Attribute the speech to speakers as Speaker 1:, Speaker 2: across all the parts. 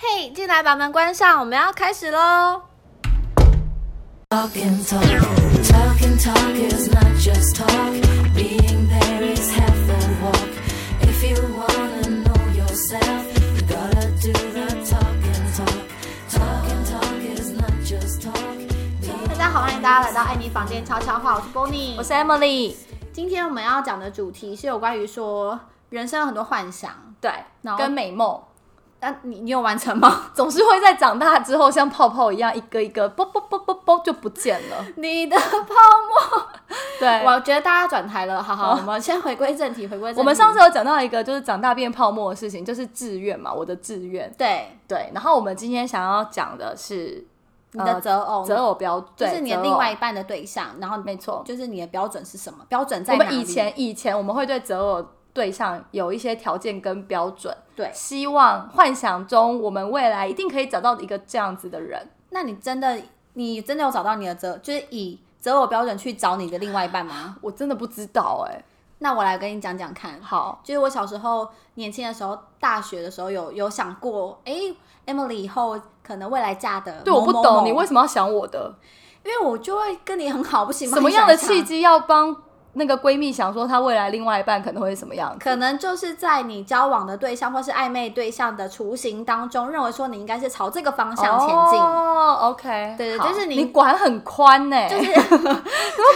Speaker 1: 哎
Speaker 2: 进来，把门关上，我们要开始喽。
Speaker 3: Talking, talk, talking, talk is not just talk. Being there is half the walk. If you wanna know yourself, you gotta do the talking, talk. Talking, talk is not just talk.
Speaker 2: 大家好，欢迎大家来到艾米房间悄悄话，我是 Bonnie，
Speaker 1: 我是 Emily。
Speaker 2: 今天我们要讲的主题是有关于说人生有很多幻想，
Speaker 1: 对
Speaker 2: 然，后
Speaker 1: 跟美梦
Speaker 2: 那、你你有完成吗？
Speaker 1: 总是会在长大之后像泡泡一样，一个一个啵啵啵啵啵就不见了。
Speaker 2: 你的泡
Speaker 1: 对，
Speaker 2: 沫，我觉得大家转台了，好好，
Speaker 1: 好
Speaker 2: 我们先回归正题，回归正题。
Speaker 1: 我们上次有讲到一个就是长大变泡沫的事情，就是志愿嘛，我的志愿。
Speaker 2: 对
Speaker 1: 对，然后我们今天想要讲的是
Speaker 2: 你的
Speaker 1: 呃
Speaker 2: 择偶，
Speaker 1: 择偶标，
Speaker 2: 就
Speaker 1: 对
Speaker 2: 是你的
Speaker 1: 择
Speaker 2: 另
Speaker 1: 偶
Speaker 2: 外一半的对象，然后
Speaker 1: 没错
Speaker 2: 就是你的标准是什么？标准在
Speaker 1: 我
Speaker 2: 哪
Speaker 1: 们
Speaker 2: 里？
Speaker 1: 以前以前我们会对择偶对象有一些条件跟标准，
Speaker 2: 对，
Speaker 1: 希望幻想中我们未来一定可以找到一个这样子的人。
Speaker 2: 那你真的你真的有找到你的择，就是以择偶标准去找你的另外一半吗？
Speaker 1: 我真的不知道哎、
Speaker 2: 那我来跟你讲讲看。
Speaker 1: 好，
Speaker 2: 就是我小时候年轻的时候，大学的时候有有想过，哎、e m i l y 以后可能未来嫁的
Speaker 1: 对，我不
Speaker 2: 某某
Speaker 1: 懂
Speaker 2: 某
Speaker 1: 你为什么要想我的。
Speaker 2: 因为我就会跟你很好，不行吗？
Speaker 1: 什么样的
Speaker 2: 你想一
Speaker 1: 契
Speaker 2: 下？
Speaker 1: 机要帮那个闺蜜想说她未来另外一半可能会是什么样子？
Speaker 2: 可能就是在你交往的对象或是暧昧对象的雏形当中，认为说你应该是朝这个方向前进。
Speaker 1: 哦，OK，
Speaker 2: 对对
Speaker 1: 好
Speaker 2: 就是你
Speaker 1: 你管很宽呢、
Speaker 2: 就是
Speaker 1: 怎么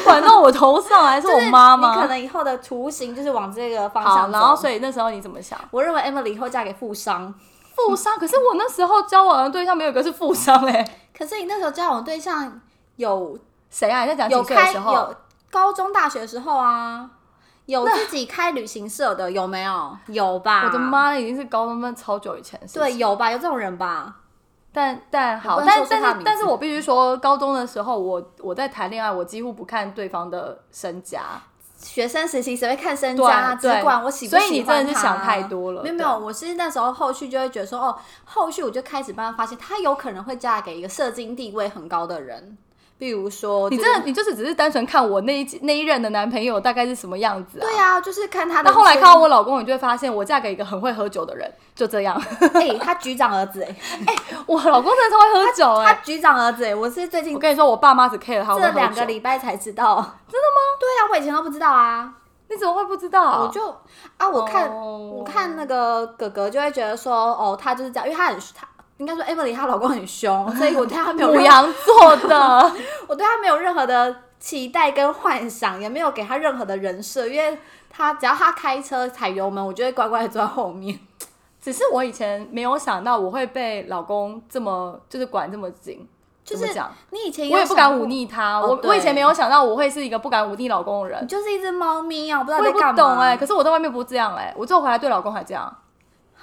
Speaker 1: 管到我头上来？是
Speaker 2: 就
Speaker 1: 我
Speaker 2: 是
Speaker 1: 妈
Speaker 2: 你可
Speaker 1: 吗？
Speaker 2: 能以后的雏形就是往这个方
Speaker 1: 好，
Speaker 2: 向
Speaker 1: 然后所
Speaker 2: 以
Speaker 1: 以那时候你怎么想？
Speaker 2: 我认为 Emily 以后嫁给富商，
Speaker 1: 富商，可是我那时候交往的对象没有一个是富商哎、
Speaker 2: 可是你那时候交往对象有
Speaker 1: 谁啊？你在讲
Speaker 2: 有
Speaker 1: 几岁的
Speaker 2: 开
Speaker 1: 时候？
Speaker 2: 有高中大学的时候啊，有自己开旅行社的有没有？有吧？
Speaker 1: 我的！妈，已经是高中那超久以前的事情。
Speaker 2: 对，有吧？有这种人吧？
Speaker 1: 但但好
Speaker 2: 不，能
Speaker 1: 但
Speaker 2: 说出
Speaker 1: 但
Speaker 2: 他的名字
Speaker 1: 是但是我必须说，高中的时候我我在谈恋爱，我几乎不看对方的身家。
Speaker 2: 学生时期谁会看身
Speaker 1: 对
Speaker 2: 家？只
Speaker 1: 对
Speaker 2: 管我喜不喜
Speaker 1: 所
Speaker 2: 欢
Speaker 1: 以你真的是
Speaker 2: 他
Speaker 1: 想太多了
Speaker 2: 没有
Speaker 1: 对
Speaker 2: 没有，我是那时候后续就会觉得说，哦，后续我就开始慢慢发现，她有可能会嫁给一个社经地位很高的人，比如说
Speaker 1: 你
Speaker 2: 就
Speaker 1: 真
Speaker 2: 是
Speaker 1: 的你就是只是单纯看我那一集那一任的男朋友大概是什么样子啊？
Speaker 2: 对啊，就是看她的。
Speaker 1: 那后来看 到我老公，你就会发现我嫁给一个很会喝酒的人，就这样。
Speaker 2: 哎、他局长儿子哎、
Speaker 1: 我老公真的超会喝酒哎、
Speaker 2: 他局长儿子哎、我是最近
Speaker 1: 我跟你说，我爸妈只 care 他会不
Speaker 2: 这
Speaker 1: 会喝酒
Speaker 2: 两个礼拜才知道。真的吗？对啊，我以前都不知道啊，
Speaker 1: 你怎么会不知道？
Speaker 2: 我就啊，我看、
Speaker 1: 哦
Speaker 2: 我看那个哥哥就会觉得说，哦，他就是这样，因为他很他应该说 Emily 她老公很凶，所以我对他 没有
Speaker 1: 母
Speaker 2: 任何
Speaker 1: 羊座 的，
Speaker 2: 我对他没有任何的期待跟幻想，也没有给他任何的人设，因为他只要他开车踩油门，我就会乖乖的坐在后面。
Speaker 1: 只是我以前没有想到我会被老公这么就是管这么紧，
Speaker 2: 就
Speaker 1: 怎
Speaker 2: 是
Speaker 1: 么讲，
Speaker 2: 你以前有
Speaker 1: 我也不
Speaker 2: 想
Speaker 1: 敢
Speaker 2: 过
Speaker 1: 忤，逆他。
Speaker 2: 哦
Speaker 1: 我
Speaker 2: 对
Speaker 1: 我以前没有想到我会是一个不敢忤逆老公的
Speaker 2: 你
Speaker 1: 人，
Speaker 2: 就是一只猫咪啊，我不知道
Speaker 1: 我
Speaker 2: 你在
Speaker 1: 也不
Speaker 2: 干嘛。
Speaker 1: 懂哎、可是我在外面不这样哎、我只有回来对老公还这样。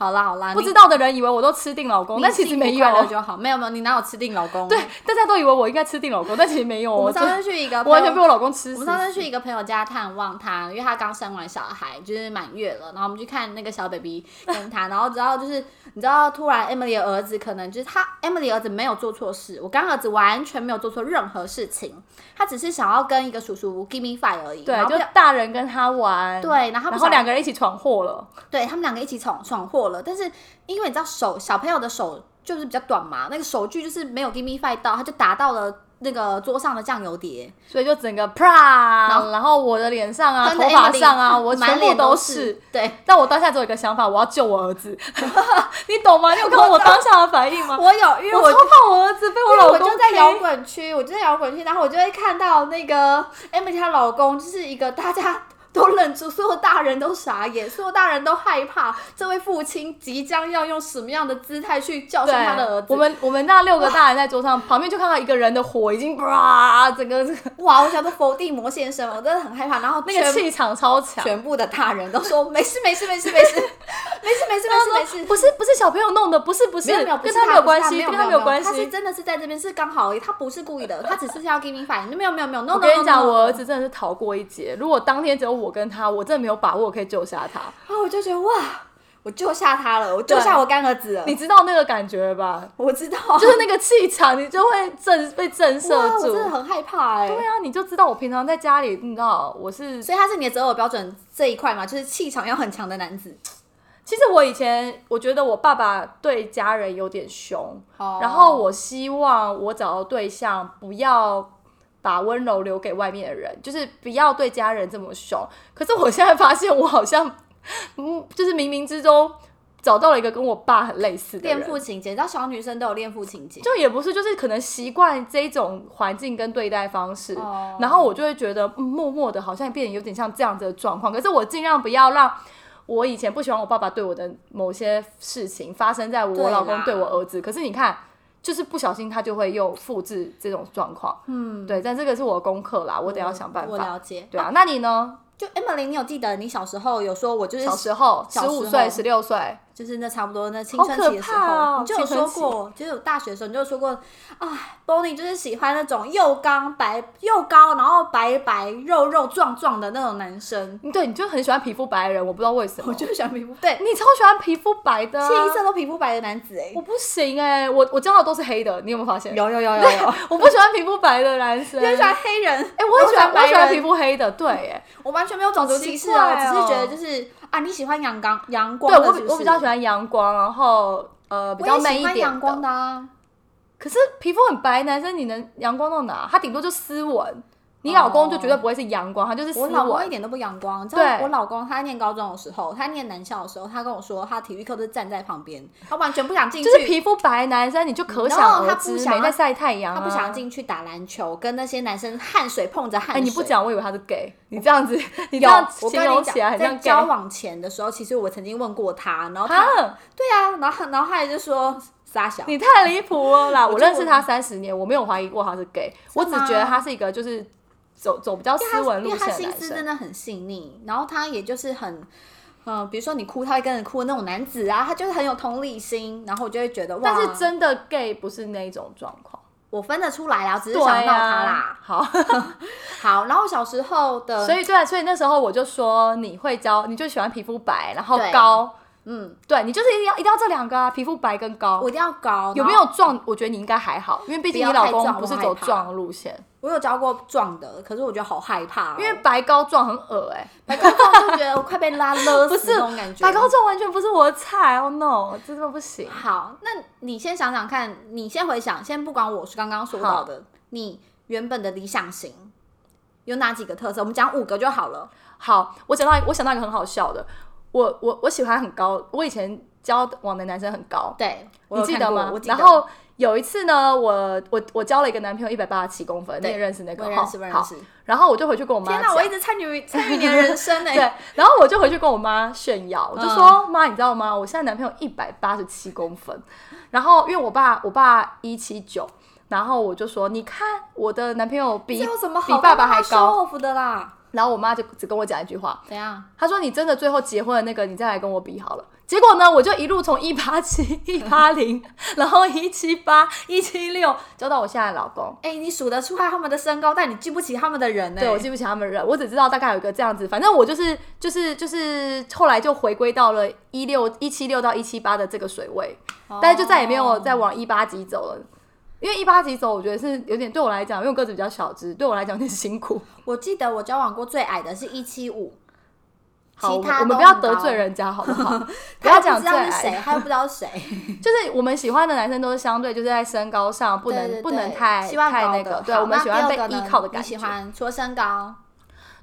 Speaker 2: 好啦好啦，
Speaker 1: 不
Speaker 2: 你
Speaker 1: 知道的人以为我都吃定老公，
Speaker 2: 你
Speaker 1: 但其
Speaker 2: 幸
Speaker 1: 实
Speaker 2: 福
Speaker 1: 没有
Speaker 2: 快。乐就好，没有没有，你哪有吃定老公？
Speaker 1: 对，，大家都以为我应该吃定老公，但其实没有。
Speaker 2: 我
Speaker 1: 我
Speaker 2: 们上
Speaker 1: 真
Speaker 2: 次去一个
Speaker 1: 我完全被
Speaker 2: 朋友
Speaker 1: 我老公吃
Speaker 2: 我
Speaker 1: 死
Speaker 2: 们。上次去一个朋友家探望他，因为他刚生完小孩，就是满月了。然后我们去看那个小 baby 跟他，然后知道就是你知道，突然 Emily 的儿子可能就是他 Emily 儿子没有做错事，我干儿子完全没有做错任何事情，他只是想要跟一个叔叔 give me five 而已。然
Speaker 1: 对，
Speaker 2: 后不
Speaker 1: 就
Speaker 2: 小
Speaker 1: 大人跟他玩，
Speaker 2: 对，啊然后他不
Speaker 1: 然
Speaker 2: 小
Speaker 1: 后两个人一起闯祸了。
Speaker 2: 对他们两个一起闯闯祸了，但是因为你知道手小朋友的手就是比较短嘛，那个手距就是没有 give me five 到，他就打到了那个桌上的酱油碟。
Speaker 1: 所以就整个啪，
Speaker 2: 然
Speaker 1: 然
Speaker 2: 后
Speaker 1: 后我的脸上啊，
Speaker 2: 喷得
Speaker 1: 头发
Speaker 2: Emily
Speaker 1: 上啊，我全
Speaker 2: 满
Speaker 1: 部
Speaker 2: 脸
Speaker 1: 都
Speaker 2: 是
Speaker 1: 是。。
Speaker 2: 对，
Speaker 1: 但我当下只有一个想法，我要救我 儿子， 你懂吗？你有看我当下的反应吗？
Speaker 2: 我有，因为
Speaker 1: 我超怕我儿子被我
Speaker 2: 因为
Speaker 1: 老
Speaker 2: 我
Speaker 1: 公
Speaker 2: 就在
Speaker 1: 推
Speaker 2: 摇滚区，我就在摇滚区，然后我就会看到那个 Emily 她老公就是一个大家 都愣住，所有大人都傻眼，所有大人都害怕，这位父亲即将要用什么样的姿态去教训他的儿
Speaker 1: 对
Speaker 2: 子？，
Speaker 1: 我们我们那六个大人在桌上，旁边就看到一个人的火已经啪，整个这 个
Speaker 2: 哇，我想说伏地魔先生，我真的很害怕。然后
Speaker 1: 那个
Speaker 2: 全
Speaker 1: 气场超强，
Speaker 2: 全部的大人都说没事没事没事没事没事没事没事没事。
Speaker 1: 不是不是小朋友弄的，不是不是，
Speaker 2: 没有没有，不
Speaker 1: 跟
Speaker 2: 是他
Speaker 1: 没有关系，跟
Speaker 2: 他
Speaker 1: 没有关
Speaker 2: 他是
Speaker 1: 系。
Speaker 2: 真的是在这边是刚好而已，他不是故意的，他只是要 give me five，没有没有没有，no no no，
Speaker 1: 我跟你讲，
Speaker 2: no, no,
Speaker 1: 我
Speaker 2: no
Speaker 1: 儿子真的是逃过一劫。如果当天只有我跟他，我真的没有把握可以救下他。
Speaker 2: 然后我就觉得哇，我救下他了，我救
Speaker 1: 对
Speaker 2: 下我干儿子了。
Speaker 1: 你知道那个感觉了吧？
Speaker 2: 我知道，
Speaker 1: 就是那个气场，你就会震被震
Speaker 2: 哇，
Speaker 1: 慑
Speaker 2: 我真
Speaker 1: 住。
Speaker 2: 的很害怕哎、
Speaker 1: 对啊，你就知道我平常在家里，你知道我是
Speaker 2: 所以他是你的择偶标准这一块嘛，就是气场要很强的男子。
Speaker 1: 其实我以前我觉得我爸爸对家人有点凶，
Speaker 2: 哦
Speaker 1: 然后我希望我找的对象不要把温柔留给外面的人，就是不要对家人这么凶。可是我现在发现，我好像，嗯，就是冥冥之中找到了一个跟我爸很类似的
Speaker 2: 恋
Speaker 1: 人，
Speaker 2: 父情节，你知道小女生都有恋父情节，
Speaker 1: 就也不是，就是可能习惯这种环境跟对待方式，
Speaker 2: 哦
Speaker 1: 然后我就会觉得嗯默默的，好像变得有点像这样子的状况。可是我尽量不要让我以前不喜欢我爸爸对我的某些事情发生在
Speaker 2: 对
Speaker 1: 我
Speaker 2: 啦
Speaker 1: 老公对我儿子。可是你看，就是不小心他就会又复制这种状况。
Speaker 2: 嗯，
Speaker 1: 对，但这个是我的功课啦，我得要想办
Speaker 2: 我
Speaker 1: 法。
Speaker 2: 了解，
Speaker 1: 对啊，那你呢？
Speaker 2: 就 Emily，你有记得你小时候有说我就是
Speaker 1: 小时候，
Speaker 2: 小
Speaker 1: 十
Speaker 2: 时候
Speaker 1: 五岁、十六岁，
Speaker 2: 就是那差不多那青
Speaker 1: 好
Speaker 2: 春
Speaker 1: 可
Speaker 2: 期的时
Speaker 1: 怕
Speaker 2: 候，
Speaker 1: 哦
Speaker 2: 你就有
Speaker 1: 青
Speaker 2: 说
Speaker 1: 春
Speaker 2: 过，就是我大学的时候你就有说过，哎，Bonnie 就是喜欢那种又刚白又高，然后白白肉肉壮壮的那种男生，
Speaker 1: 对，你就很喜欢皮肤白的人，我不知道为什么。
Speaker 2: 我就是喜欢皮肤对，
Speaker 1: 你超喜欢皮肤白的、啊，
Speaker 2: 清一色都皮肤白的男子哎、
Speaker 1: 我不行哎、我我交的都是黑的，你有没有发现？
Speaker 2: 有有有有有，
Speaker 1: 我不喜欢皮肤白的男生，
Speaker 2: 你很喜欢黑人
Speaker 1: 哎、我很喜欢，我
Speaker 2: 白
Speaker 1: 喜欢
Speaker 2: 人
Speaker 1: 皮，肤黑的，对，哎，
Speaker 2: 我完全没有种族歧视
Speaker 1: 好
Speaker 2: 哦，
Speaker 1: 奇怪哦
Speaker 2: 只是觉得就是啊，你喜欢阳刚阳光
Speaker 1: 对
Speaker 2: 的
Speaker 1: 我
Speaker 2: 是
Speaker 1: 比
Speaker 2: 不是
Speaker 1: 我比较喜欢阳光，然后呃比较
Speaker 2: 我也
Speaker 1: 美
Speaker 2: 喜
Speaker 1: 一
Speaker 2: 欢
Speaker 1: 点
Speaker 2: 阳光的啊。
Speaker 1: 可是皮肤很白的男生，你能阳光到哪？他顶多就斯文，你老公就绝对不会是阳光，他就是斯
Speaker 2: 哦我老公一
Speaker 1: 文。
Speaker 2: 点都不阳光，你知道
Speaker 1: 对
Speaker 2: 我老公他念高中的时候，他念男校的时候，他跟我说他体育课都是站在旁边，他完全不想进去，
Speaker 1: 就是皮肤白的男生，你就可
Speaker 2: 然
Speaker 1: 想
Speaker 2: 后他
Speaker 1: 而
Speaker 2: 不
Speaker 1: 知
Speaker 2: 想
Speaker 1: 没在晒太阳、啊
Speaker 2: 他不想。进去打篮球，跟那些男生汗水碰着汗
Speaker 1: 哎、
Speaker 2: 水。
Speaker 1: 你不讲，我以为他是 gay。你这样子，你这
Speaker 2: 有
Speaker 1: 样，
Speaker 2: 我
Speaker 1: 形
Speaker 2: 跟
Speaker 1: 容
Speaker 2: 你
Speaker 1: 起来
Speaker 2: 讲，
Speaker 1: 很
Speaker 2: 在
Speaker 1: 像 gay。
Speaker 2: 交往前的时候，其实我曾经问过他，然后他
Speaker 1: 啊，
Speaker 2: 对啊，然后他然后他也就说傻小，
Speaker 1: 你太离谱了啦！
Speaker 2: 我
Speaker 1: 我
Speaker 2: 就
Speaker 1: 认识他三十年，我没有怀疑过他是 gay，我只
Speaker 2: 吗
Speaker 1: 觉得他是一个就是走走比较
Speaker 2: 因为
Speaker 1: 斯
Speaker 2: 他因
Speaker 1: 文路
Speaker 2: 为他
Speaker 1: 线的
Speaker 2: 心
Speaker 1: 男
Speaker 2: 思真
Speaker 1: 生。
Speaker 2: 的很细腻，然后他也就是很。嗯，比如说你哭，他会跟着哭的那种男子啊，他就是很有同理心，然后我就会觉得哇，
Speaker 1: 但是真的 gay 不是那一种状况，
Speaker 2: 我分得出来啦，我只是
Speaker 1: 对
Speaker 2: 想不到他
Speaker 1: 啊
Speaker 2: 啦。，嗯
Speaker 1: 好，
Speaker 2: 好，然后小时候的，
Speaker 1: 所以对啊，所以那时候我就说你会教，你就喜欢皮肤白，然后
Speaker 2: 对
Speaker 1: 高，
Speaker 2: 嗯，
Speaker 1: 对你就是一定要一定要这两个啊，皮肤白跟高
Speaker 2: 我。一定要高。
Speaker 1: 有没
Speaker 2: 然后
Speaker 1: 有壮？我觉得你应该还好，因为毕
Speaker 2: 不
Speaker 1: 竟
Speaker 2: 要
Speaker 1: 你老
Speaker 2: 太
Speaker 1: 公
Speaker 2: 壮
Speaker 1: 不
Speaker 2: 我
Speaker 1: 是
Speaker 2: 害
Speaker 1: 走
Speaker 2: 怕
Speaker 1: 壮的路线，
Speaker 2: 我有教过壮的，可是我觉得好害怕哦、
Speaker 1: 因为白高壮很恶哎、
Speaker 2: 白高壮就觉得我快被拉勒
Speaker 1: 不
Speaker 2: 死
Speaker 1: 是
Speaker 2: 那种感觉。
Speaker 1: 白高壮完全不是我的菜，oh no，真的不行。
Speaker 2: 好，那你先想想看，你先回想，先不管我是刚刚说到的，你原本的理想型有哪几个特色？我们讲五个就好了。
Speaker 1: 好，我想到我想到一个很好笑的，我我我喜欢很高，我以前交往的男生很高，
Speaker 2: 对，我
Speaker 1: 你
Speaker 2: 有
Speaker 1: 记
Speaker 2: 看
Speaker 1: 得
Speaker 2: 过
Speaker 1: 吗
Speaker 2: 我？记得
Speaker 1: 然后有一次呢，我我我交了一个男朋友一百八十七公分，你
Speaker 2: 对
Speaker 1: 也认识那个，
Speaker 2: 我也
Speaker 1: 哈
Speaker 2: 认识，我也
Speaker 1: 好
Speaker 2: 认识。
Speaker 1: 然后我就回去跟我妈
Speaker 2: 天
Speaker 1: 讲，
Speaker 2: 哪，我一直参 与参与你的人生呢、
Speaker 1: 对，然后我就回去跟我妈炫耀，
Speaker 2: 嗯
Speaker 1: 我就说妈，你知道吗？我现在男朋友一百八十七公分，然后因为我爸我爸一七九，然后我就说你看我的男朋友比
Speaker 2: 这有什么
Speaker 1: 比
Speaker 2: 好
Speaker 1: 爸爸
Speaker 2: 跟他
Speaker 1: 还
Speaker 2: show
Speaker 1: 高，
Speaker 2: off 的啦？
Speaker 1: 然后我妈就只跟我讲一句话，
Speaker 2: 怎样？
Speaker 1: 他说你真的最后结婚的那个，你再来跟我比好了。结果呢，我就一路从一八七、 一八零，然后一七八、一七六，交到我现在的老公。
Speaker 2: 哎、你数得出来他们的身高，但你记不起他们的人呢、
Speaker 1: 对，我记不起他们人，我只知道大概有一个这样子。反正我就是就是就是后来就回归到了一六一七六到一七八的这个水位，
Speaker 2: 哦
Speaker 1: 但是就再也没有再往一八级走了。因为一八级走，我觉得是有点对我来讲，因为我个子比较小只，对我来讲有点辛苦。
Speaker 2: 我记得我交往过最矮的是一七五，
Speaker 1: 好，
Speaker 2: 其
Speaker 1: 我们
Speaker 2: 他
Speaker 1: 我们
Speaker 2: 都
Speaker 1: 不要
Speaker 2: 很
Speaker 1: 得
Speaker 2: 高
Speaker 1: 罪，人家好不 好？不
Speaker 2: 他
Speaker 1: 要
Speaker 2: 又不
Speaker 1: 讲
Speaker 2: 知
Speaker 1: 最
Speaker 2: 道是
Speaker 1: 矮
Speaker 2: 谁，他又不知道是谁，
Speaker 1: 就是我们喜欢的男生都是相对就是在身高上 不能
Speaker 2: 对对对
Speaker 1: 不能太
Speaker 2: 希望
Speaker 1: 太
Speaker 2: 高
Speaker 1: 那
Speaker 2: 的
Speaker 1: 个，对
Speaker 2: 好
Speaker 1: 我们
Speaker 2: 那
Speaker 1: 喜欢被
Speaker 2: 第二个呢
Speaker 1: 依靠的感
Speaker 2: 你喜
Speaker 1: 觉。
Speaker 2: 欢除了身高，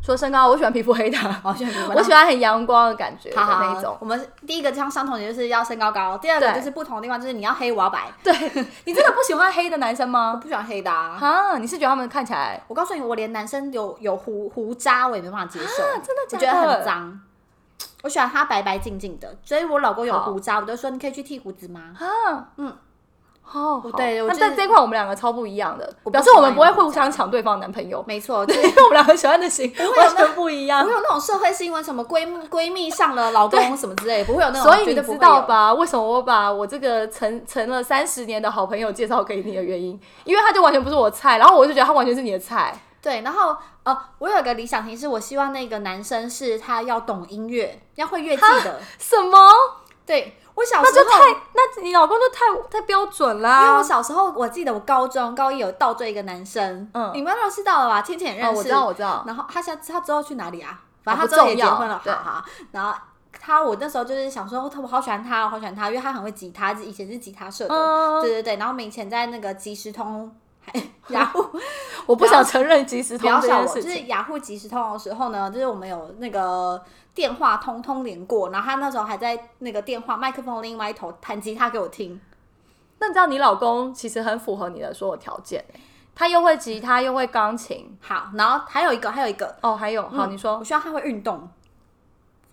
Speaker 1: 说身高，我喜欢皮 肤黑的，
Speaker 2: 我喜欢
Speaker 1: 哦我喜欢很阳光的感觉的
Speaker 2: 好好
Speaker 1: 那一种。
Speaker 2: 我们第一个相相同点就是要身高高，第二个
Speaker 1: 对
Speaker 2: 就是不同的地方就是你要黑我要白，
Speaker 1: 对 你真的不喜欢黑的男生
Speaker 2: 我
Speaker 1: 吗？
Speaker 2: 不喜欢黑的啊。
Speaker 1: 啊，你是觉得他们看 起来
Speaker 2: 我告诉你，我连男生有有胡胡渣我也没办法接受，
Speaker 1: 啊真的
Speaker 2: 我
Speaker 1: 假
Speaker 2: 觉
Speaker 1: 的
Speaker 2: 得很脏。我喜欢他白白净净的，所以我老公有
Speaker 1: 好
Speaker 2: 胡渣，我就说你可以去剃胡子吗？
Speaker 1: 啊，
Speaker 2: 嗯，
Speaker 1: 哦，好
Speaker 2: 对我
Speaker 1: 那
Speaker 2: 就是
Speaker 1: 在这一块我们两个超不一样的，
Speaker 2: 我不
Speaker 1: 表示我
Speaker 2: 喜
Speaker 1: 们
Speaker 2: 欢
Speaker 1: 不会
Speaker 2: 有
Speaker 1: 互相抢对方男朋友，
Speaker 2: 没错，就是
Speaker 1: 因为我们两个喜欢的型
Speaker 2: 会有啊
Speaker 1: 完
Speaker 2: 那
Speaker 1: 全不一样
Speaker 2: 不会。有那种社会新闻，什么闺蜜闺蜜上了老公什么之类，不会有那种，
Speaker 1: 所以
Speaker 2: 绝
Speaker 1: 你
Speaker 2: 对不会
Speaker 1: 知道
Speaker 2: 有？
Speaker 1: 吧？为什么我把我这个成成了三十年的好朋友介绍给你的原因？因为他就完全不是我的菜，然后我就觉得他完全是你的菜。
Speaker 2: 对，然后呃，我有一个理想型是，我希望那个男生是他要懂音乐，要会乐器的。
Speaker 1: 什么？
Speaker 2: 对我小
Speaker 1: 那
Speaker 2: 时
Speaker 1: 就
Speaker 2: 候，
Speaker 1: 太……那你老公就太太标准
Speaker 2: 因为
Speaker 1: 啦
Speaker 2: 我。小时候，我记得我高中高一有倒追一个男生，
Speaker 1: 嗯
Speaker 2: 你们都知道了吧？倩倩也认
Speaker 1: 哦，
Speaker 2: 识，
Speaker 1: 我知道，我知道。
Speaker 2: 然后他现在他之后去哪里啊？反
Speaker 1: 啊
Speaker 2: 正他之
Speaker 1: 不
Speaker 2: 后也
Speaker 1: 重
Speaker 2: 结
Speaker 1: 要
Speaker 2: 婚了，
Speaker 1: 对
Speaker 2: 好好。然后他，我那时候就是想说，哦他我好喜欢他，我好喜欢他，因为他很会吉他，以前是吉他社的，
Speaker 1: 嗯
Speaker 2: 对对对。然后我们以前在那个即时 通， 还雅虎，
Speaker 1: 我不想承认即时
Speaker 2: 不
Speaker 1: 通
Speaker 2: 要
Speaker 1: 这
Speaker 2: 笑
Speaker 1: 件
Speaker 2: 我，
Speaker 1: 事
Speaker 2: 就是
Speaker 1: 情。
Speaker 2: 雅虎即时通的时候呢，就是我们有那个电话通通连过，然后他那时候还在那个电话麦克风另外一头弹吉他给我听，
Speaker 1: 那你知道你老公其实很符合你的所有条件、欸他又会吉他，又会钢琴。
Speaker 2: 好，然后还有一个，还有一个，
Speaker 1: 哦，还有，好，
Speaker 2: 嗯
Speaker 1: 你说
Speaker 2: 我，需要他会运动，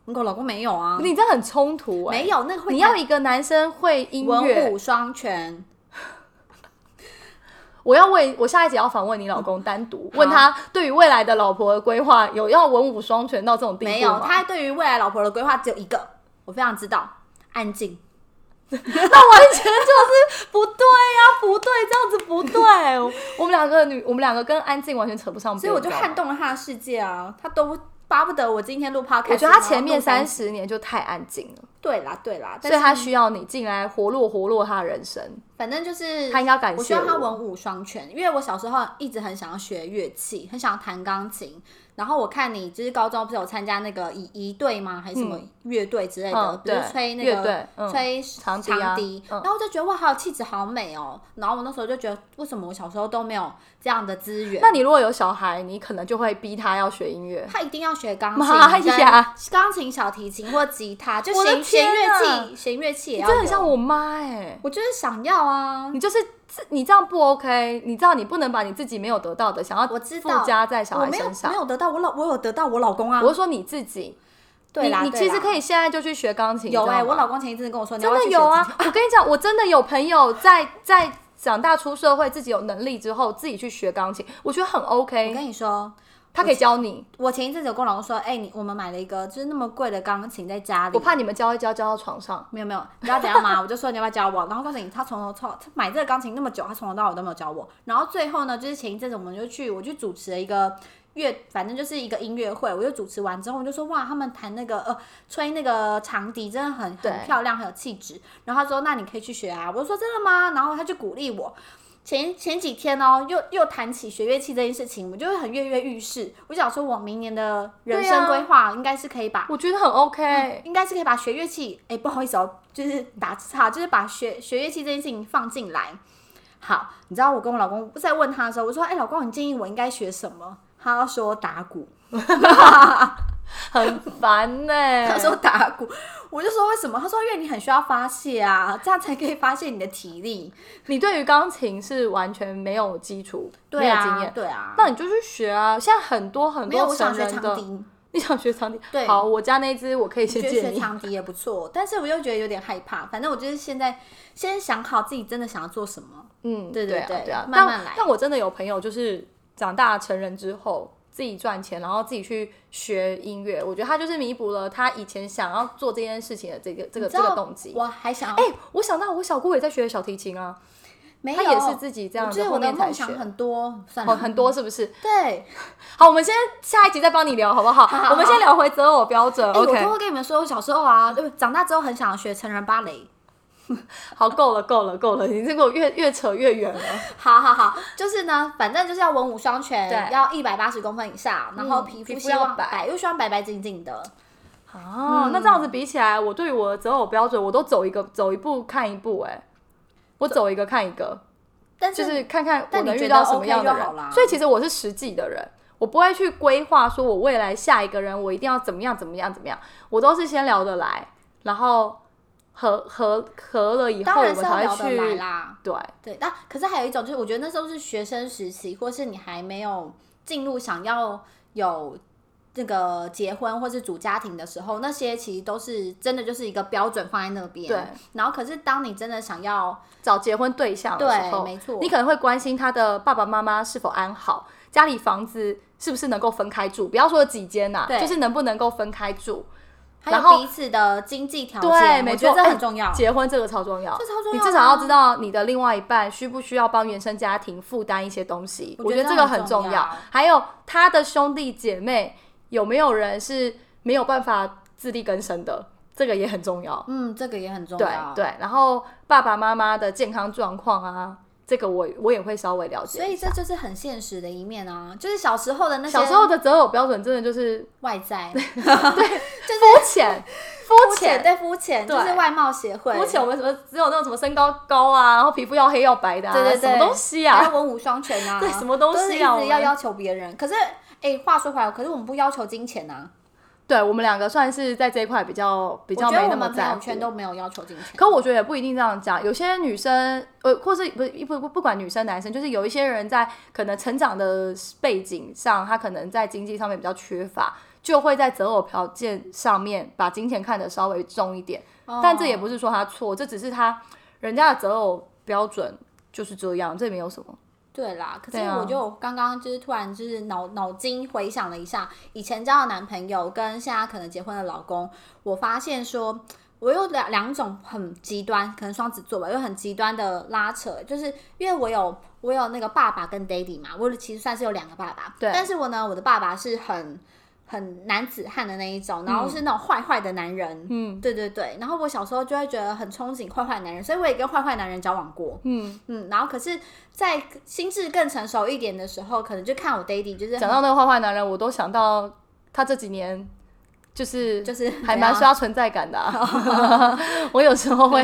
Speaker 2: 我老公没有啊，
Speaker 1: 你这很冲突、欸，
Speaker 2: 没有那个会
Speaker 1: 你要一个男生会音
Speaker 2: 文
Speaker 1: 乐
Speaker 2: 武，双全，
Speaker 1: 我要问，我下一集要访问你老公，单独问他对于未来的老婆的规划，有要文武双全到这种地步
Speaker 2: 没有，
Speaker 1: 吗
Speaker 2: 他对于未来老婆的规划只有一个，我非常知道，安静。
Speaker 1: 那完全就是不对呀、不对，这样子不对。我们两个女，我们两个跟安静完全扯不上边，
Speaker 2: 所以我就
Speaker 1: 你知道吗
Speaker 2: 撼动了他的世界啊，他都巴不得我今天录 podcast，
Speaker 1: 我觉得他前面
Speaker 2: 然后
Speaker 1: 三
Speaker 2: 录
Speaker 1: 十年就太安静了，
Speaker 2: 对啦对啦，
Speaker 1: 所以他
Speaker 2: 但是
Speaker 1: 需要你进来活络活络他的人生。
Speaker 2: 反正就是
Speaker 1: 他应该要感谢
Speaker 2: 我希望他
Speaker 1: 我
Speaker 2: 文武双全，因为我小时候一直很想要学乐器，很想要弹钢琴。然后我看你就是高中不是有参加那个仪仪队吗？还是什么乐队之类的？
Speaker 1: 嗯
Speaker 2: 比如
Speaker 1: 对
Speaker 2: 吹那
Speaker 1: 乐
Speaker 2: 个
Speaker 1: 队、嗯
Speaker 2: 吹
Speaker 1: 长笛啊嗯
Speaker 2: 然后我就觉得哇，好有气质，好美哦。然后我那时候就觉得，为什么我小时候都没有这样的资源？
Speaker 1: 那你如果有小孩，你可能就会逼他要学音乐。
Speaker 2: 他一定要学钢
Speaker 1: 妈
Speaker 2: 琴
Speaker 1: 呀
Speaker 2: 跟钢琴、小提琴或吉他，就
Speaker 1: 啊我的
Speaker 2: 弦弦
Speaker 1: 天
Speaker 2: 乐
Speaker 1: 啊
Speaker 2: 器，弦乐器也
Speaker 1: 你
Speaker 2: 要。
Speaker 1: 真的很像，我妈哎、
Speaker 2: 我就是想要啊。
Speaker 1: 你就是自你这样不 OK，你知道你不能把你自己没有得到的想要
Speaker 2: 我知
Speaker 1: 附
Speaker 2: 道
Speaker 1: 加在小
Speaker 2: 我
Speaker 1: 孩
Speaker 2: 没有
Speaker 1: 身上
Speaker 2: 没。有得到我老，我有得到我老公啊。
Speaker 1: 我是说你自己，
Speaker 2: 对啦，
Speaker 1: 你你
Speaker 2: 对
Speaker 1: 其实
Speaker 2: 啦
Speaker 1: 可以现在就去学钢琴。
Speaker 2: 有
Speaker 1: 哎、
Speaker 2: 哎、我老公前一阵子跟我说，你要
Speaker 1: 真
Speaker 2: 不要
Speaker 1: 的
Speaker 2: 去
Speaker 1: 有
Speaker 2: 学吉
Speaker 1: 啊
Speaker 2: 他！
Speaker 1: 我跟你讲，我真的有朋友在在长大出社会，自己有能力之后，自己去学钢琴，我觉得很
Speaker 2: 我
Speaker 1: OK，
Speaker 2: 跟你说，
Speaker 1: 他可以教你。
Speaker 2: 我前一阵子有跟我老公说，哎、你我们买了一个就是那么贵的钢琴在家里，
Speaker 1: 我怕你们教一教教到床上，
Speaker 2: 没有没有，你知道怎样吗？我就说你要不要教我？然后告诉你，他从头到他买这个钢琴那么久，他从头到尾都没有教我。然后最后呢，就是前一阵子我们就去，我去主持了一个乐，反正就是一个音乐会。我就主持完之后，我就说哇，他们弹那个呃吹那个长笛真的很
Speaker 1: 对
Speaker 2: 很漂亮，很有气质。然后他说那你可以去学啊。我就说真的吗？然后他就鼓励我。前前几天哦，又又谈起学乐器这件事情，我就会很跃跃欲试。我想说，我明年的人
Speaker 1: 对
Speaker 2: 生
Speaker 1: 啊
Speaker 2: 规划应该是可以把
Speaker 1: 我觉得很 OK。
Speaker 2: 应该是可以把学乐器，哎、不好意思哦，就是打岔，就是把学学乐器这件事情放进来。好，你知道我跟我老公在问他的时候，我说，哎、老公，你建议我应该学什么？他说打 鼓，
Speaker 1: 很烦呢、
Speaker 2: 他说打鼓，我就说为什么？他说因为你很需要发泄啊，这样才可以发泄你的体力。
Speaker 1: 你对于钢琴是完全没有基础，
Speaker 2: 对啊，
Speaker 1: 没有经验，
Speaker 2: 对啊。
Speaker 1: 那你就去学啊。现在很多很
Speaker 2: 没有，
Speaker 1: 多
Speaker 2: 我想
Speaker 1: 成
Speaker 2: 学
Speaker 1: 人
Speaker 2: 长
Speaker 1: 的，
Speaker 2: 笛，
Speaker 1: 你想学长笛？
Speaker 2: 对
Speaker 1: 好，我家那一只我可以
Speaker 2: 我
Speaker 1: 先
Speaker 2: 觉得
Speaker 1: 借
Speaker 2: 学
Speaker 1: 你。
Speaker 2: 长笛也不错，但是我又觉得有点害怕。反正我就是现在先想好自己真的想要做什么。
Speaker 1: 嗯，
Speaker 2: 对对
Speaker 1: 对啊
Speaker 2: 对
Speaker 1: 啊。
Speaker 2: 慢慢
Speaker 1: 但
Speaker 2: 来
Speaker 1: 但我真的有朋友，就是长大成人之后自己赚钱，然后自己去学音乐，我觉得他就是弥补了他以前想要做这件事情的这个这个
Speaker 2: 你知
Speaker 1: 这
Speaker 2: 道
Speaker 1: 个动机。
Speaker 2: 我还想要，
Speaker 1: 哎、我想到我小姑也在学小提琴啊，
Speaker 2: 没有，
Speaker 1: 她也是自己这样
Speaker 2: 我
Speaker 1: 子，
Speaker 2: 觉得我
Speaker 1: 后
Speaker 2: 的
Speaker 1: 面才
Speaker 2: 梦
Speaker 1: 学
Speaker 2: 想。很多，算
Speaker 1: 哦，
Speaker 2: 了
Speaker 1: 很多是不是？
Speaker 2: 对，
Speaker 1: 好，我们先下一集再帮你聊，好不好？
Speaker 2: 好好
Speaker 1: 我们先聊回择偶标准。
Speaker 2: 哎、我
Speaker 1: OK，
Speaker 2: 都会跟你们说，我小时候啊，呃长大之后很想学成人芭蕾。
Speaker 1: 好，够了，够了，够了，你这个越越扯越远了。
Speaker 2: 好好好，就是呢，反正就是要文武双全，
Speaker 1: 对
Speaker 2: 要一百八十公分以上，然后
Speaker 1: 嗯
Speaker 2: 皮
Speaker 1: 皮
Speaker 2: 肤
Speaker 1: 肤
Speaker 2: 希
Speaker 1: 要
Speaker 2: 望
Speaker 1: 白
Speaker 2: 白，又希望白白净净的。
Speaker 1: 哦，那这样子比起来，我对于我的择偶标准，我都走一个走一步看一步、哎，我走一个看一个，
Speaker 2: 但
Speaker 1: 就是是看看我
Speaker 2: 但你
Speaker 1: 能
Speaker 2: 觉
Speaker 1: 遇
Speaker 2: 得
Speaker 1: 到什么
Speaker 2: OK
Speaker 1: 样的
Speaker 2: 就好啦
Speaker 1: 人。所以其实我是实际的人，我不会去规划说我未来下一个人我一定要怎么样怎么样怎么样，我都是先聊得来，然后合合合了以后，
Speaker 2: 当
Speaker 1: 我
Speaker 2: 然
Speaker 1: 们
Speaker 2: 是要
Speaker 1: 才
Speaker 2: 聊
Speaker 1: 会
Speaker 2: 得来
Speaker 1: 去
Speaker 2: 啦。
Speaker 1: 对。
Speaker 2: 对，那可是还有一种，就是我觉得那时候是学生时期，或是你还没有进入想要有这个结婚或是组家庭的时候，那些其实都是真的就是一个标准放在那边。
Speaker 1: 对，
Speaker 2: 然后可是当你真的想要
Speaker 1: 找结婚对象的时候，
Speaker 2: 对没错
Speaker 1: 你可能会关心他的爸爸妈妈是否安好，家里房子是不是能够分开住，不要说几间呐、
Speaker 2: 对
Speaker 1: 就是能不能够分开住。
Speaker 2: 还
Speaker 1: 然后
Speaker 2: 有彼此的经济条件，
Speaker 1: 对，
Speaker 2: 我
Speaker 1: 没
Speaker 2: 觉
Speaker 1: 错，
Speaker 2: 得这
Speaker 1: 哎
Speaker 2: 很重要。
Speaker 1: 结婚这个超重要，
Speaker 2: 这超重要
Speaker 1: 你
Speaker 2: 的啊
Speaker 1: 至少要知道你的另外一半需不需要帮原生家庭负担一些东西，
Speaker 2: 我
Speaker 1: 我
Speaker 2: 觉
Speaker 1: 觉
Speaker 2: 得
Speaker 1: 得这个很
Speaker 2: 这
Speaker 1: 重
Speaker 2: 很重
Speaker 1: 要
Speaker 2: 要。
Speaker 1: 还有他的兄弟姐妹有没有人是没有办法自力更生的，这个也很重要。
Speaker 2: 嗯，这个也很重
Speaker 1: 对
Speaker 2: 要。
Speaker 1: 对，然后爸爸妈妈的健康状况啊，这个我我也会稍微了解一
Speaker 2: 所以
Speaker 1: 下。
Speaker 2: 这就是很现实的一面啊，就是小时候的那些
Speaker 1: 小时候的择偶标准真的就是
Speaker 2: 外在，
Speaker 1: 肤浅，肤肤
Speaker 2: 浅
Speaker 1: 浅。
Speaker 2: 对肤浅，就
Speaker 1: 对
Speaker 2: 是外貌协会
Speaker 1: 肤浅，我们什么只有那种什么身高高啊，然后皮肤要黑要白的、啊，
Speaker 2: 对对对
Speaker 1: 什么东西
Speaker 2: 还有
Speaker 1: 啊？
Speaker 2: 文武双全啊，
Speaker 1: 对什么东西啊
Speaker 2: 都是一
Speaker 1: 我
Speaker 2: 直
Speaker 1: 们
Speaker 2: 要要求别人。可是，哎，话说回来，可是我们不要求金钱啊，
Speaker 1: 对我们两个算是在这一块比较比
Speaker 2: 我
Speaker 1: 较
Speaker 2: 觉
Speaker 1: 没
Speaker 2: 得
Speaker 1: 那
Speaker 2: 我
Speaker 1: 么
Speaker 2: 们
Speaker 1: 在
Speaker 2: 朋友
Speaker 1: 乎。
Speaker 2: 圈都没有要求金钱。
Speaker 1: 可我觉得也不一定这样讲，有些女生，呃，或是不不不不管女生男生，就是有一些人在可能成长的背景上，他可能在经济上面比较缺乏，就会在择偶条件上面把金钱看得稍微重一点。但
Speaker 2: 哦
Speaker 1: 这也不是说他错，这只是他人家的择偶标准就是这样，这没有什么。
Speaker 2: 对啦，可是
Speaker 1: 对啊
Speaker 2: 我就刚刚就是突然就是脑脑筋回想了一下，以前交的男朋友跟现在可能结婚的老公，我发现说。我有两两种很极端，可能双子座吧，有很极端的拉扯，就是因为我有我有那个爸爸跟 daddy 嘛，我其实算是有两个爸爸，
Speaker 1: 对
Speaker 2: 但是我呢，我的爸爸是很很男子汉的那一种，然后是那种坏坏的男人，
Speaker 1: 嗯
Speaker 2: 对对对，然后我小时候就会觉得很憧憬坏坏男人，所以我也跟坏坏男人交往过，
Speaker 1: 嗯，
Speaker 2: 嗯，然后可是，在心智更成熟一点的时候，可能就看我 daddy 就是
Speaker 1: 讲到那个坏坏男人，我都想到他这几年就是
Speaker 2: 就是
Speaker 1: 还蛮
Speaker 2: 怎样
Speaker 1: 刷存在感的、啊。 我有时候会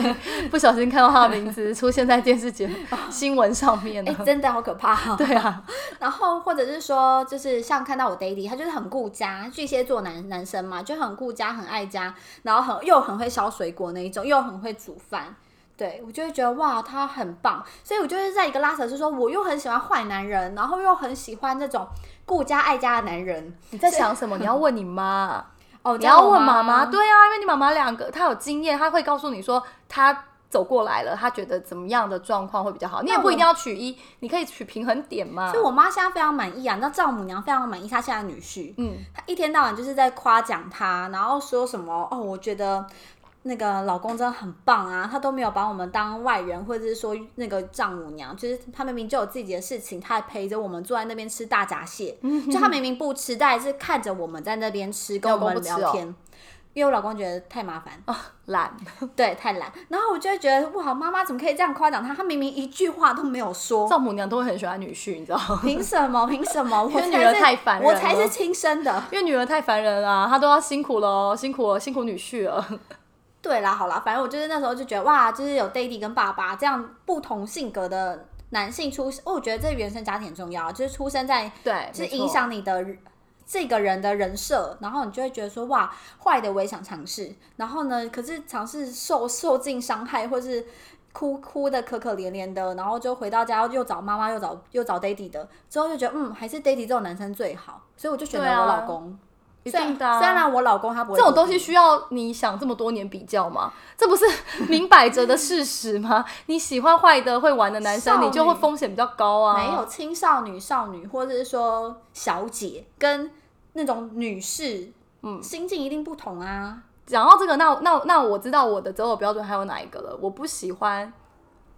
Speaker 1: 不小心看到他的名 字出现在电视节目、新闻上面
Speaker 2: 哎、
Speaker 1: 哦的。
Speaker 2: 真的好可怕、哦。
Speaker 1: 对啊，
Speaker 2: 然后或者是说，就是像看到我 daddy，他就是很顾家，巨蟹座男男生嘛，就很顾家，很爱家，然后很又很会削水果那一种，又很会煮饭。对，我就会觉得哇，他很棒，所以我就是在一个拉扯，是说我又很喜欢坏男人，然后又很喜欢那种顾家爱家的男人。
Speaker 1: 你在想什么？你要问你妈，啊
Speaker 2: 哦，
Speaker 1: 你要问妈
Speaker 2: 妈
Speaker 1: 妈。对啊，因为你妈妈两个，她有经验，她会告诉你说她走过来了，她觉得怎么样的状况会比较好。你也
Speaker 2: 那
Speaker 1: 不一
Speaker 2: 我
Speaker 1: 定要取一，你可以取平衡点嘛
Speaker 2: 所。以我妈现在非常满意啊，你知道丈母娘非常满意她现在的女婿，
Speaker 1: 嗯，
Speaker 2: 她一天到晚就是在夸奖他，然后说什么哦，我觉得那个老公真的很棒啊，他都没有把我们当外人，或者是说那个丈母娘，就是他明明就有自己的事情，他还陪着我们坐在那边吃大闸蟹，就他明明不吃，但还是看着我们在那边吃，跟我
Speaker 1: 嗯老
Speaker 2: 们
Speaker 1: 公不吃哦哦
Speaker 2: 聊天。因为我老公觉得太麻烦，
Speaker 1: 懒。
Speaker 2: 对，太懒。然后我就会觉得，哇，妈妈怎么可以这样夸奖他？他明明一句话都没有说，
Speaker 1: 丈母娘都会很喜欢女婿，你知道吗？
Speaker 2: 凭什么？凭什么？我
Speaker 1: 为
Speaker 2: 才
Speaker 1: 女儿
Speaker 2: 是
Speaker 1: 太烦
Speaker 2: 我
Speaker 1: 人
Speaker 2: 才
Speaker 1: 了
Speaker 2: 是亲生的。
Speaker 1: 因为女儿太烦人了、啊她都要辛苦了，辛苦了，辛苦女婿了。
Speaker 2: 对啦，好啦，反正我就是那时候就觉得哇，就是有 daddy 跟爸爸这样不同性格的男性出生，哦我觉得这原生家庭很重要，就是出生在
Speaker 1: 对，
Speaker 2: 是
Speaker 1: 没错
Speaker 2: 影响你的人这个人的人设，然后你就会觉得说哇，坏的我也想尝试，然后呢，可是尝试受受尽伤害或是。哭哭的可可怜怜的，然后就回到家又找妈妈又找又找 daddy 的，之后就觉得嗯还是 daddy 这种男生最好，所以我就选择
Speaker 1: 对啊
Speaker 2: 我老公。
Speaker 1: 一
Speaker 2: 虽然
Speaker 1: 定的啊
Speaker 2: 虽然我老公他不会
Speaker 1: 这种东
Speaker 2: 哭
Speaker 1: 西需要你想这么多年比较吗？这不是 明摆着的事实吗？你喜欢坏的、会玩的男生，
Speaker 2: 少女
Speaker 1: 你就会风险比较高啊。
Speaker 2: 没有，青少女、少女，或者是说小姐跟那种女士，嗯，心境一定不同啊。
Speaker 1: 讲到这个，那那那我知道我的择偶标准还有哪一个了。我不喜欢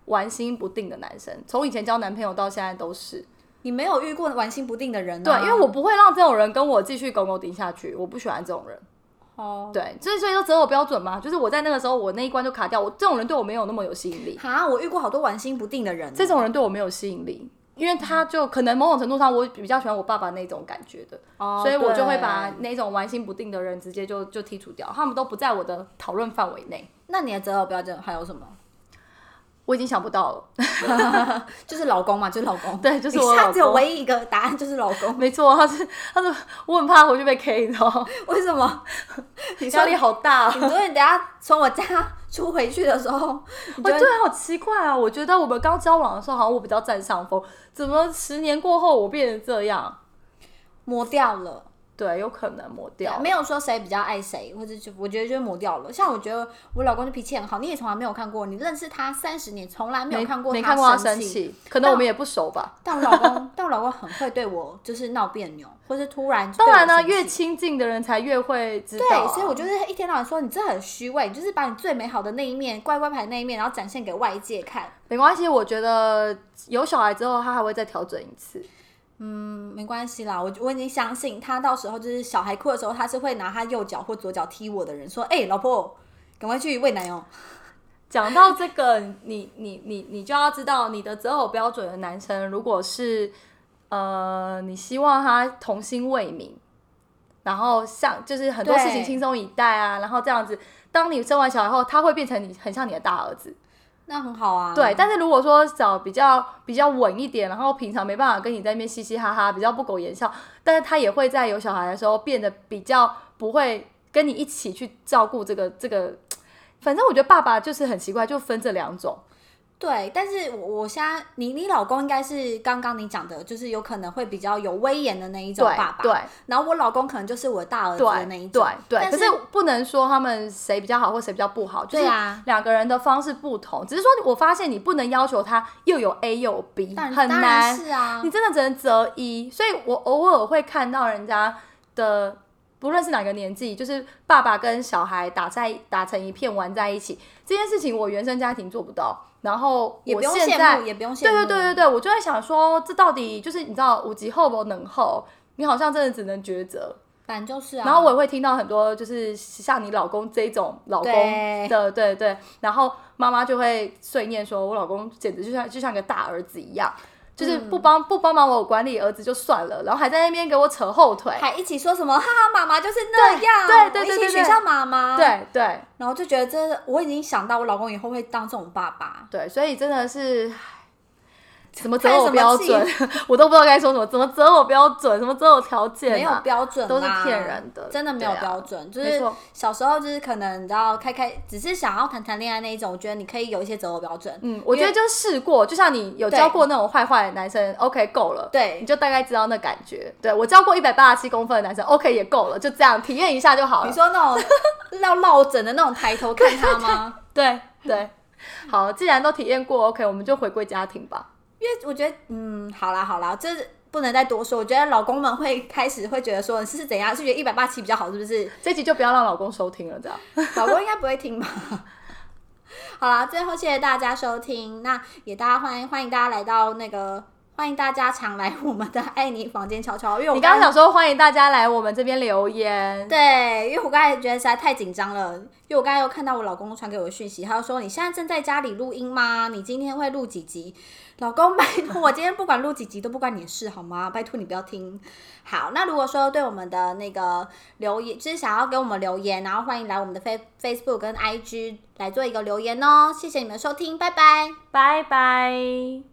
Speaker 1: 玩心不定的男生，从以前交男朋友到现在都是。
Speaker 2: 你没有遇过玩心不定的人、啊，
Speaker 1: 对，因为我不会让这种人跟我继续狗狗顶下去，我不喜欢这种人。
Speaker 2: 哦，
Speaker 1: 对，所以所以说择偶标准嘛，就是我在那个时候我那一关就卡掉，我这种人对我没有那么有吸引力。
Speaker 2: 哈，我遇过好多玩心不定的人哦、
Speaker 1: 这种人对我没有吸引力，因为他就可能某种程度上，我比较喜欢我爸爸那种感觉的，
Speaker 2: 哦，
Speaker 1: 所以我就会
Speaker 2: 对
Speaker 1: 把那种玩心不定的人直接就就剔除掉，他们都不在我的讨论范围内。
Speaker 2: 那你的择偶标准还有什么？
Speaker 1: 我已经想不到了，
Speaker 2: 就是老公嘛，就是老公，
Speaker 1: 对就是
Speaker 2: 你
Speaker 1: 我
Speaker 2: 现在
Speaker 1: 老
Speaker 2: 只有
Speaker 1: 公
Speaker 2: 唯一一个答案就是老公，
Speaker 1: 没错，他是他是我很怕回去被 K，你知道吗？
Speaker 2: 为什么？ 你说
Speaker 1: 压力好大、
Speaker 2: 你
Speaker 1: 啊。
Speaker 2: 昨天等下从我家出回去的时候，你
Speaker 1: 我
Speaker 2: 就
Speaker 1: 对
Speaker 2: 会
Speaker 1: 啊，好奇怪啊！我觉得我们刚交往的时候，好像我比较占上风，怎么十年过后我变成这样？
Speaker 2: 磨掉了。
Speaker 1: 对，有可能抹掉。
Speaker 2: 没有说谁比较爱谁，或者就我觉得就磨掉了。像我觉得我老公就脾气很好，你也从来没有看过，你认识他三十年，从来没有看过
Speaker 1: 没看过他
Speaker 2: 生
Speaker 1: 生
Speaker 2: 气。
Speaker 1: 气， 可能我们也不熟吧。
Speaker 2: 但我老公， 但我老公很会对我就是闹别扭，或是突然就
Speaker 1: 当然
Speaker 2: 对
Speaker 1: 呢、
Speaker 2: 我生气
Speaker 1: 越亲近的人才越会知道、
Speaker 2: 对
Speaker 1: 啊。，
Speaker 2: 所以我就是一天到晚说你这很虚伪，你就是把你最美好的那一面、乖乖牌那一面，然后展现给外界看。
Speaker 1: 没关系，我觉得有小孩之后，他还会再调整一次。
Speaker 2: 嗯，没关系啦，我我已经相信他，到时候就是小孩哭的时候，他是会拿他右脚或左脚踢我的人，说：“哎、老婆，赶快去喂奶哦。”
Speaker 1: 讲到这个，你你你你就要知道，你的择偶标准的男生，如果是呃，你希望他童心未泯，然后像就是很多事情
Speaker 2: 对
Speaker 1: 轻松以待啊，然后这样子，当你生完小孩后，他会变成你很像你的大儿子，
Speaker 2: 那很好啊。
Speaker 1: 对。但是如果说找比较比较稳一点，然后平常没办法跟你在那边嘻嘻哈哈，比较不苟言笑，但是他也会在有小孩的时候变得比较不会跟你一起去照顾这个这个。反正我觉得爸爸就是很奇怪，就分这两种。
Speaker 2: 对，但是我我现在你你老公应该是刚刚你讲的，就是有可能会比较有威严的那一种
Speaker 1: 对
Speaker 2: 爸爸，
Speaker 1: 对，
Speaker 2: 然后我老公可能就是我大儿子的
Speaker 1: 对
Speaker 2: 那一种
Speaker 1: 对，对，
Speaker 2: 但
Speaker 1: 可
Speaker 2: 是
Speaker 1: 是不能说他们谁比较好或谁比较不好，就是
Speaker 2: 对啊
Speaker 1: 两个人的方式不同。只是说我发现你不能要求他又有 A 又有 B，
Speaker 2: 当然
Speaker 1: 很
Speaker 2: 当然
Speaker 1: 难，
Speaker 2: 是啊
Speaker 1: 你，真的只能择一。所以我偶尔会看到人家的。不论是哪个年纪，就是爸爸跟小孩打在打成一片玩在一起这件事情，我原生家庭做不到。然后
Speaker 2: 也
Speaker 1: 我
Speaker 2: 不用
Speaker 1: 现在
Speaker 2: 羡慕，也不用羡
Speaker 1: 对
Speaker 2: 慕，
Speaker 1: 对对对对，我就在想说，这到底就是你知道五级后不能后，你好像真的只能抉择。
Speaker 2: 反正就是啊。
Speaker 1: 然后我也会听到很多，就是像你老公这种老公
Speaker 2: 对
Speaker 1: 的，对对然后妈妈就会碎念说：“我老公简直就像就像个大儿子一样，就是不
Speaker 2: 嗯
Speaker 1: 帮、不帮忙我管理儿子就算了，然后还在那边给我扯后腿。
Speaker 2: 还一起说什么哈哈，妈妈就是那样，
Speaker 1: 对对对
Speaker 2: 我
Speaker 1: 对
Speaker 2: 一起
Speaker 1: 对
Speaker 2: 取笑妈妈，，
Speaker 1: 对对
Speaker 2: 然后就觉得这我已经想到我老公以后会当这种爸爸，
Speaker 1: 对，所以真的是。唉怎么择
Speaker 2: 叹什
Speaker 1: 偶
Speaker 2: 么
Speaker 1: 标
Speaker 2: 气
Speaker 1: 准， 我都不知道该说什么。怎么择偶标准，什么择偶条件、啊，
Speaker 2: 没有标准啦，
Speaker 1: 都是骗人的
Speaker 2: 真的没有
Speaker 1: 对啊
Speaker 2: 标准。就
Speaker 1: 没
Speaker 2: 是
Speaker 1: 错
Speaker 2: 小时候就是可能你知道开开，只是想要谈谈恋爱那一种，我觉得你可以有一些择偶标准。
Speaker 1: 嗯，我觉得
Speaker 2: 因为
Speaker 1: 就是试过，就像你有交过那种坏坏的男生，OK 够了，
Speaker 2: 对
Speaker 1: 你就大概知道那感觉。对我交过一百八十七公分的男生，OK 也够了，就这样体验一下就好
Speaker 2: 你
Speaker 1: 了。
Speaker 2: 说那 种要落枕的那种抬头看他吗？
Speaker 1: 对对，好，既然都体验过，OK，我们就回归家庭吧。
Speaker 2: 因为我觉得，嗯，好啦好啦，这是不能再多说。我觉得老公们会开始会觉得说，你是怎样？是觉得一百八七比较好，是不是？
Speaker 1: 这集就不要让老公收听了，这样。
Speaker 2: 老公应该不会听吧？好啦，最后谢谢大家收听，那也大家欢迎欢迎大家来到那个。欢迎大家常来我们的爱你房间悄悄，因为我
Speaker 1: 你刚刚想说欢迎大家来我们这边留言，
Speaker 2: 对，因为我刚才觉得实在太紧张了，因为我刚才又看到我老公传给我的讯息，他就说你现在正在家里录音吗？你今天会录几集？老公，拜托，我今天不管录几集都不关你的事好吗？拜托你不要听。好，那如果说对我们的那个留言，就是想要给我们留言，然后欢迎来我们的 Face Facebook 跟 IG 来做一个留言哦。谢谢你们的收听，拜拜。
Speaker 1: 拜拜。